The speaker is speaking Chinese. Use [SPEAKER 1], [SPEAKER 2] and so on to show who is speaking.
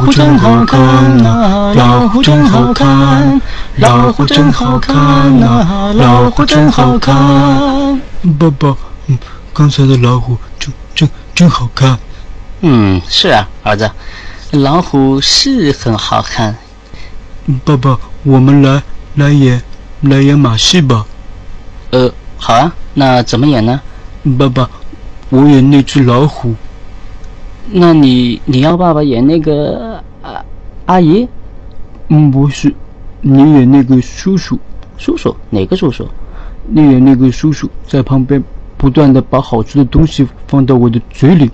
[SPEAKER 1] 虎真好看呐，老虎真好看，老虎真好看呐，老虎真好看。
[SPEAKER 2] 爸爸，嗯，刚才的老虎真真真好看。
[SPEAKER 3] 嗯，是啊，儿子，老虎是很好看。
[SPEAKER 2] 爸爸，我们来来演来演马戏吧。
[SPEAKER 3] 呃，好啊，那怎么演呢？
[SPEAKER 2] 爸爸，我演那只老虎。
[SPEAKER 3] 那你你要爸爸演那个啊阿姨？
[SPEAKER 2] 嗯，不是，你演那个叔叔，
[SPEAKER 3] 叔叔哪个叔叔？
[SPEAKER 2] 你演那个叔叔在旁边不断的把好吃的东西放到我的嘴里。